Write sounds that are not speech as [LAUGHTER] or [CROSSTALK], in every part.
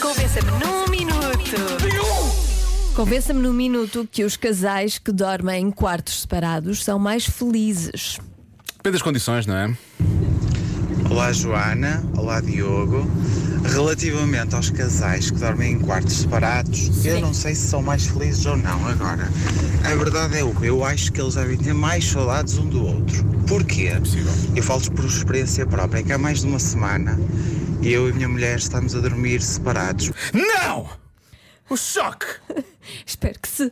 Convença-me num minuto. Convença-me num minuto que os casais que dormem em quartos separados são mais felizes. Depende das condições, não é? Olá Joana, olá Diogo. Relativamente aos casais que dormem em quartos separados, eu não sei se são mais felizes ou não agora. A verdade é uma, eu acho que eles devem ter mais saudades um do outro. Porquê? É Eu falo por experiência própria, que há mais de uma semana eu e a minha mulher estamos a dormir separados. Não! O choque! Espero que se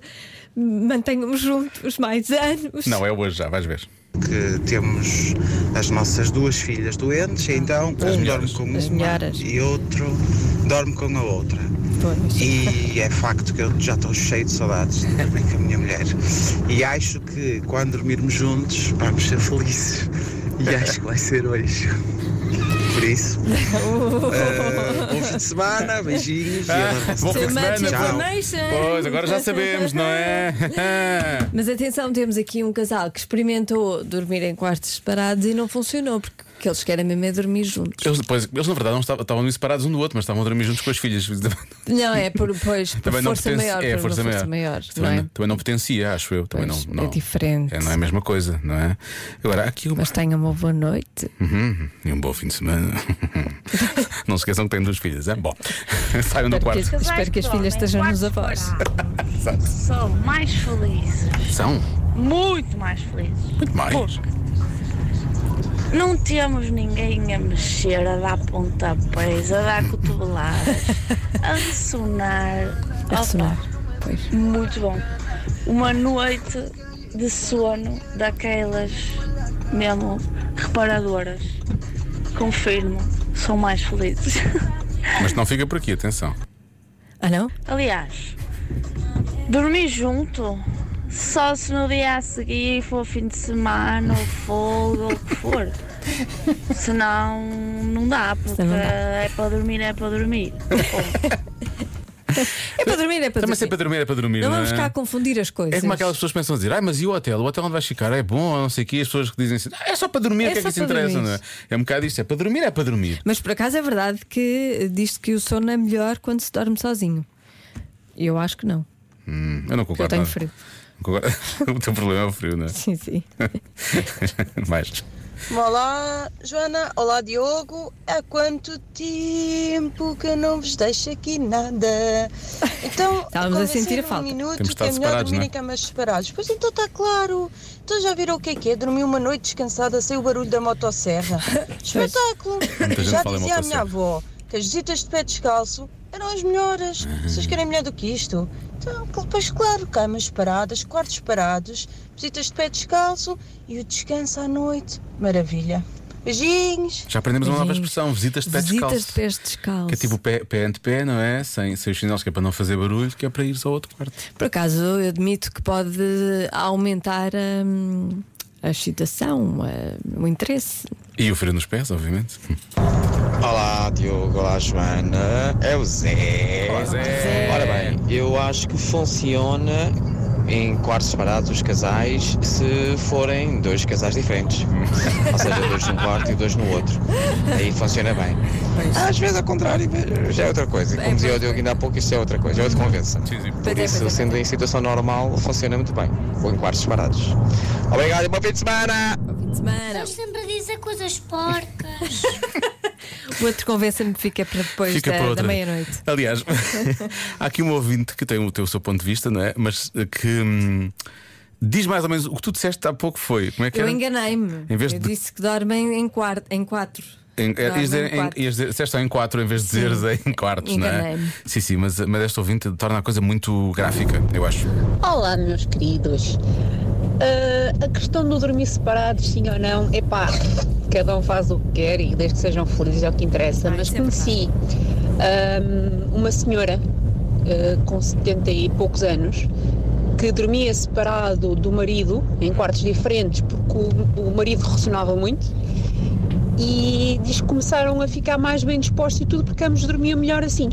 mantenham juntos mais anos. Não, é hoje já, vais ver. que temos as nossas duas filhas doentes, então um dorme melhoras. com As uma melhoras. e outro dorme com a outra. Pois. E é facto que eu já estou cheio de saudades de dormir com a minha mulher. E acho que quando dormirmos juntos vamos ser felizes. E acho que vai ser hoje. Por [LAUGHS] isso, eh, bom fim de semana, beijinhos. e Ah, adoro-vos bom fim de todos. semana, Tchau. Pois, agora já sabemos, não é? Mas atenção, temos aqui um casal que experimentou dormir em quartos separados e não funcionou, porque o que eles querem mesmo é dormir juntos. [LAUGHS] Eles, pois, eles na verdade não estavam, estavam separados um do outro, mas estavam a dormir juntos com as filhas. [LAUGHS] Não, é por, pois, por Também não força pertence- maior, é, por uma força maior. não Também, é? não, também não potencia, acho eu. Também Pois, não, não- é diferente. É, não é a mesma coisa, não é? Agora, há aqui uma. Mas tenham uma boa noite. Uhum, e um bom fim de semana. [LAUGHS] não se esqueçam que têm duas filhas, é? Bom, [LAUGHS] saiam do Espero que, quarto. espero que as filhas estejam nos avós. São mais felizes, São muito mais felizes. muito mais. Não temos ninguém a mexer, a dar pontapés, a dar cotoveladas, a ressonar. A ressonar. Opa, Pois. muito bom. Uma noite de sono daquelas mesmo reparadoras. Confirmo, são mais felizes. [LAUGHS] Mas não fica por aqui, atenção. Ah, não? Aliás, dormir junto, só se no dia a seguir for fim de semana, ou folga, ou o que for. [LAUGHS] Senão, não dá, porque não dá. é para dormir, é [LAUGHS] para dormir. É para dormir, é para Também dormir. se é para dormir, é para dormir. Não não vamos é? cá confundir as coisas. É como aquelas pessoas que pensam a dizer, ah, mas e o hotel? O hotel onde vais ficar? É bom, não sei o quê. As pessoas que dizem assim, ah, é só para dormir, É o que só é que isso para interessa? dormir. Não é? é um bocado isto, é para dormir, é para dormir. Mas por acaso é verdade que eh, diz que o sono é melhor quando se dorme sozinho. Eu acho que não. Hum, eu não Eu concordo. tenho nada. frio. [LAUGHS] Não concordo. [LAUGHS] o teu problema é o frio, não é? Sim, sim. [LAUGHS] Mais. Olá, Joana. Olá, Diogo. Há quanto tempo que eu não vos deixo aqui [LAUGHS] nada? Então, Estávamos a sentir a convenceram-me falta. Um minuto Temos que é estado melhor separados, dormir não é? em camas separadas. Pois então está claro. Então já viram o que é que é? Dormi uma noite descansada sem o barulho da motosserra. [LAUGHS] Espetáculo. gente já fala em dizia a minha motosserra. avó que as visitas de pé descalço eram as melhores. Vocês querem melhor do que isto? Então, pois claro, camas paradas, quartos parados, visitas de pé descalço e o descanso à noite. Maravilha. Beijinhos. Já aprendemos uma nova Beijinhos. expressão, visitas de pé É Visitas de descalço. pés descalços. Que é tipo pé, pé ante pé, não é? Sem, sem os chinelos, que é para não fazer barulho, que é para ires ao outro quarto. Por acaso, eu admito que pode aumentar hum, a, excitação, a- o interesse. E o frio nos pés, obviamente. Olá, Diogo. Olá, Joana. É o Zé. Ora bem, eu acho que funciona em quartos separados os casais se forem dois casais diferentes. Ou seja, dois num quarto e dois no outro. Aí funciona bem. Às vezes, ao contrário, já é outra coisa. Como dizia o Diogo ainda há pouco, isto é outra coisa. Já te convença. é, Por isso, sendo em situação normal, funciona muito bem. Ou em quartos separados. Obrigado e bom fim de semana! Ao fim de é. semana. sempre dizer coisas porcas. O outro convença-me que fica para depois Fica da, para da outra. meia-noite. [LAUGHS] Aliás, há aqui um ouvinte que tem o teu seu ponto de vista, não é? Mas eh, que hum, diz mais ou menos o que tu disseste há pouco foi. Como é que Eu era? enganei-me. Em vez eu de- disse que dormem em, quar- em quatro. Em, é, Dormem ias dizer em em- quatro. ias dizer- disseste só em quatro em vez de dizeres em quartos, não é? Enganei-me. Sim, sim, mas, mas esta ouvinte torna a coisa muito gráfica, eu acho. Olá, meus queridos. Ah, a questão do dormir separados, sim ou não, é pá, cada um faz o que quer e desde que sejam felizes é o que interessa. Mas isso é verdade. conheci ah, uma senhora ah, com 70 e poucos anos que dormia separado do marido em quartos diferentes porque o, o marido ressonava muito e diz que começaram a ficar mais bem dispostos e tudo porque ambos dormiam melhor assim.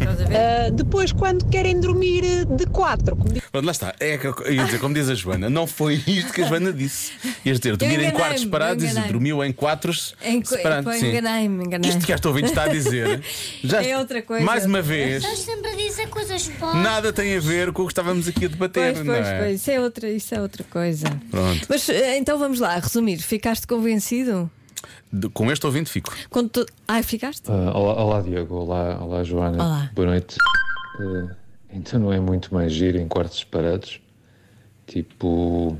Ah, depois, quando querem dormir eh, de quatro, como Pronto, lá está. É, que eu ia dizer, como diz a Joana, não foi isto que a Joana disse. Ias dizer, dormir em enganei-me, quartos separados eu e enganei-me. dormiu em quatros Em co- separados. pô, sim. enganei-me, enganei. Isto que esta ouvinte está [LAUGHS] a dizer já- É outra coisa. Mais [LAUGHS] uma vez, Nós sempre a dizer coisas porcas. nada tem a ver com o que estávamos aqui a debater, Pois, não pois, é? pois. Isso é, outra, isso é outra coisa. Pronto. Mas eh, então vamos lá, resumir. Ficaste convencido? De- com este ouvinte fico. Quando tu... Ai, ficaste? Ah, olá, olá, Diogo, olá, olá Joana, Olá. boa noite. Ah, então não é muito mais giro em quartos separados? Tipo,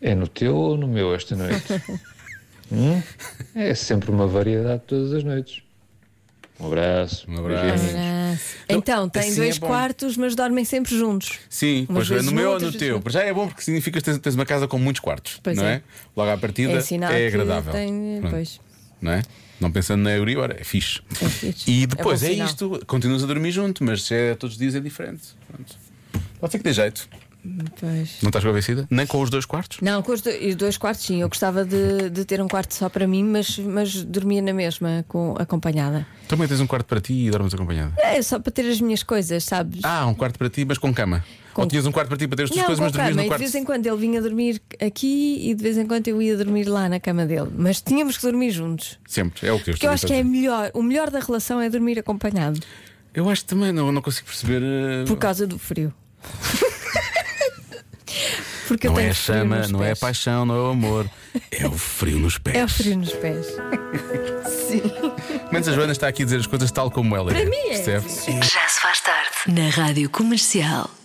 é no teu ou no meu esta noite? Hum? É sempre uma variedade todas as noites. Um abraço. Um abraço. beijinhos. Então, tem assim dois é bom. quartos, mas dormem sempre juntos. Sim, Umas pois é, vezes no meu num, ou no outras teu. vezes Para já é bom porque significa que tens, tens uma casa com muitos quartos, Pois não é? é. Logo à partida É sinal é que agradável. tem- eh, Pronto. pois. Não é? Não pensando na Euribor, é fixe. É fixe. E É depois bom é, sinal. isto, continuas a dormir junto, mas se é todos os dias é diferente. Pronto. Pode ser que dê jeito. Pois. Não estás convencida? Nem com os dois quartos? Não, com os do- e os dois quartos, sim. Eu gostava de, de ter um quarto só para mim, mas, mas dormia na mesma, com, acompanhada. Também tens um quarto para ti e dormes acompanhada. É só para ter as minhas coisas, sabes? Ah, um quarto para ti, mas com cama. Com- Ou tinhas um quarto para ti para ter as tuas Não, coisas, mas com dormias cama. no E de quarto. vez em quando ele vinha dormir aqui e de vez em quando eu ia dormir lá na cama dele. Mas tínhamos que dormir juntos. Sempre, é o que eu Porque estou eu a acho que é dizer. melhor, o melhor da relação é dormir acompanhado Eu acho também, não, não consigo perceber. eh, por causa do [LAUGHS] frio. Porque eu Não tenho é a frio chama, nos não é a pés. paixão, não é o amor. É o frio nos pés. É o frio nos pés. Sim. Menos a Joana está aqui a dizer as coisas tal como ela é. Para mim é. Já se faz tarde. Na Rádio Comercial.